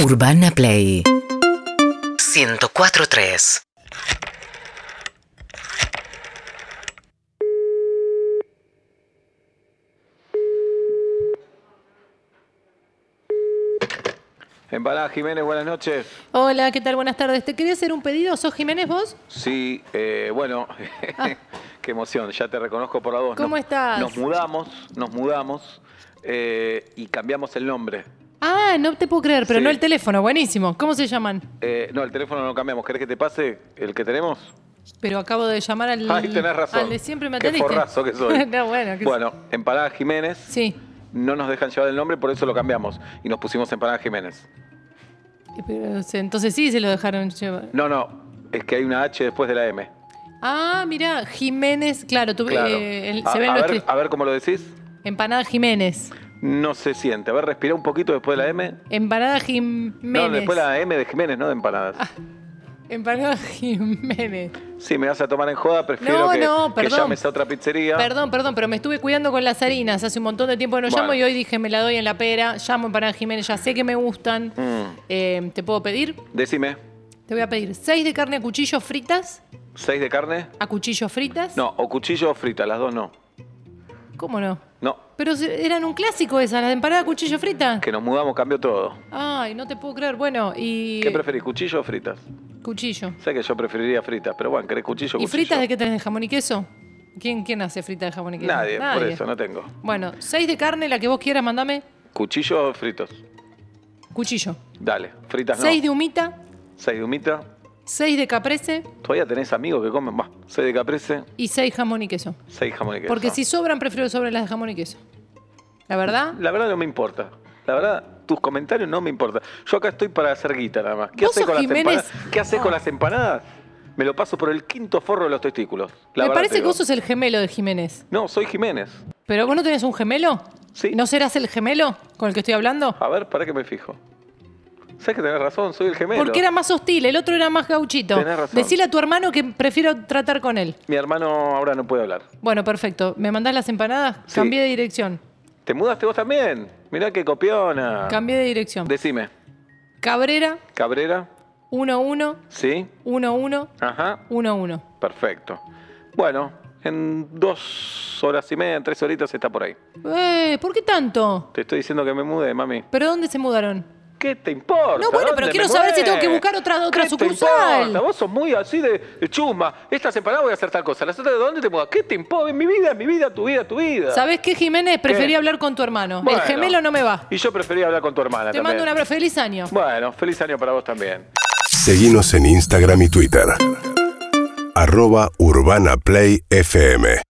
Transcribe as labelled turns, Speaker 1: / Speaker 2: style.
Speaker 1: Urbana Play 104.3
Speaker 2: Embalada Jiménez, buenas noches.
Speaker 3: Hola, ¿qué tal? Buenas tardes. ¿Te quería hacer un pedido? ¿Sos Jiménez vos?
Speaker 2: Sí, eh, bueno,
Speaker 3: Ah.
Speaker 2: qué emoción, ya te reconozco por la voz.
Speaker 3: ¿Cómo
Speaker 2: Nos-
Speaker 3: estás?
Speaker 2: Nos mudamos, nos mudamos eh, y cambiamos el nombre.
Speaker 3: Ah, no te puedo creer, pero
Speaker 2: Sí.
Speaker 3: no el teléfono. Buenísimo. ¿Cómo se llaman?
Speaker 2: Eh, no, el teléfono no cambiamos. ¿Querés que te pase el que tenemos?
Speaker 3: Pero acabo de llamar al,
Speaker 2: Ay, tenés razón.
Speaker 3: al de siempre me
Speaker 2: Qué
Speaker 3: atendiste.
Speaker 2: forrazo que soy.
Speaker 3: no, bueno. que-
Speaker 2: bueno, Empanada Jiménez.
Speaker 3: Sí.
Speaker 2: No nos dejan llevar el nombre, por eso lo cambiamos. Y nos pusimos Empanada Jiménez.
Speaker 3: Pero, o sea, entonces sí se lo dejaron llevar.
Speaker 2: No, no, es que hay una H después de la M.
Speaker 3: Ah, mira, Jiménez, claro, tú,
Speaker 2: Claro.
Speaker 3: eh, el-
Speaker 2: A-
Speaker 3: se ven
Speaker 2: a
Speaker 3: los
Speaker 2: ver- a ver cómo lo decís.
Speaker 3: Empanada Jiménez.
Speaker 2: No se siente. A ver, respira un poquito después de la M.
Speaker 3: Empanada Jiménez. Ah.
Speaker 2: No, después la M de Jiménez, no de empanadas.
Speaker 3: Empanada Jiménez.
Speaker 2: Sí, me vas a tomar en joda, prefiero
Speaker 3: No,
Speaker 2: que,
Speaker 3: no,
Speaker 2: que
Speaker 3: perdón.
Speaker 2: llames a otra pizzería.
Speaker 3: Perdón, perdón, pero me estuve cuidando con las harinas. Hace un montón de tiempo que no
Speaker 2: Bueno.
Speaker 3: llamo y hoy dije, me la doy en la pera. Llamo empanada Jiménez, ya sé que me gustan.
Speaker 2: Mm.
Speaker 3: Eh, ¿Te puedo pedir?
Speaker 2: Decime,
Speaker 3: Te voy a pedir seis de carne a cuchillo fritas.
Speaker 2: ¿seis de carne?
Speaker 3: ¿A cuchillo fritas?
Speaker 2: No, o cuchillo o frita, las dos no.
Speaker 3: ¿Cómo no?
Speaker 2: No,
Speaker 3: Pero se- eran un clásico esas, las de empanada a cuchillo frita.
Speaker 2: que nos mudamos, cambió todo.
Speaker 3: Ay, no te puedo creer. Bueno, y.
Speaker 2: ¿Qué preferís, cuchillo o fritas?
Speaker 3: Cuchillo.
Speaker 2: Sé que yo preferiría fritas, pero bueno, ¿querés cuchillo o
Speaker 3: ¿Y
Speaker 2: cuchillo?
Speaker 3: fritas de qué tenés? ¿De jamón y queso? ¿Quién, quién hace fritas de jamón y queso?
Speaker 2: Nadie, por eso, no tengo.
Speaker 3: Bueno, seis de carne, la que vos quieras, mandame.
Speaker 2: ¿Cuchillo o fritos?
Speaker 3: Cuchillo.
Speaker 2: Dale, fritas no.
Speaker 3: Seis de humita,
Speaker 2: Seis de humita.
Speaker 3: seis de caprese
Speaker 2: ¿Todavía tenés amigos que comen? Va, seis de caprese,
Speaker 3: y seis jamón y queso.
Speaker 2: seis jamón y queso.
Speaker 3: Porque si sobran, prefiero sobre las de jamón y queso. La verdad.
Speaker 2: La verdad no me importa. La verdad, tus comentarios no me importan. Yo acá estoy para hacer guita nada más. ¿Qué
Speaker 3: ¿Vos
Speaker 2: haces con
Speaker 3: sos
Speaker 2: las
Speaker 3: Jiménez?
Speaker 2: empanadas? ¿Qué haces con las empanadas? Me lo paso por el quinto forro de los testículos. La verdad
Speaker 3: me
Speaker 2: te
Speaker 3: parece que
Speaker 2: digo.
Speaker 3: vos sos el gemelo de Jiménez.
Speaker 2: No, soy Jiménez.
Speaker 3: ¿Pero vos no tenés un gemelo?
Speaker 2: Sí. Ah,
Speaker 3: ¿No serás el gemelo con el que estoy hablando?
Speaker 2: A ver, ¿para qué me fijo? Sabes que tenés razón, soy el gemelo.
Speaker 3: Porque era más hostil, el otro era más gauchito.
Speaker 2: Tenés razón.
Speaker 3: Decile a tu hermano que prefiero tratar con él.
Speaker 2: Mi hermano ahora no puede hablar.
Speaker 3: Bueno, perfecto. ¿Me mandás las empanadas?
Speaker 2: Sí.
Speaker 3: Cambié de dirección.
Speaker 2: ¿Te mudaste vos también? Mirá qué copiona.
Speaker 3: Cambié de dirección.
Speaker 2: Decime,
Speaker 3: Cabrera,
Speaker 2: Cabrera,
Speaker 3: 1-1,
Speaker 2: ¿sí?
Speaker 3: 1-1,
Speaker 2: Ajá,
Speaker 3: 1-1.
Speaker 2: perfecto. Bueno, en dos horas y media, en tres horitas está por ahí.
Speaker 3: Eh, ¿Por qué tanto?
Speaker 2: Te estoy diciendo que me mude, mami.
Speaker 3: ¿Pero dónde se mudaron?
Speaker 2: ¿Qué te importa?
Speaker 3: No, bueno, pero
Speaker 2: ¿Dónde
Speaker 3: quiero
Speaker 2: me
Speaker 3: saber si
Speaker 2: mueves?
Speaker 3: tengo que buscar otra- otra
Speaker 2: ¿Qué te
Speaker 3: sucursal?
Speaker 2: importa? Vos sos muy así de de chusma. Estas empanadas voy a hacer tal cosa. Las otras, ¿de dónde te mudas? ¿Qué te importa? Mi vida, mi vida, tu vida, tu vida.
Speaker 3: ¿Sabés qué, Jiménez? Preferí hablar con tu hermano.
Speaker 2: Bueno.
Speaker 3: El gemelo no me va.
Speaker 2: Y yo prefería hablar con tu hermana
Speaker 3: Te
Speaker 2: también.
Speaker 3: mando un abrazo. Feliz año.
Speaker 2: Bueno, feliz año para vos también.
Speaker 4: Seguinos en Instagram y Twitter. Arroba Urbana Play FM.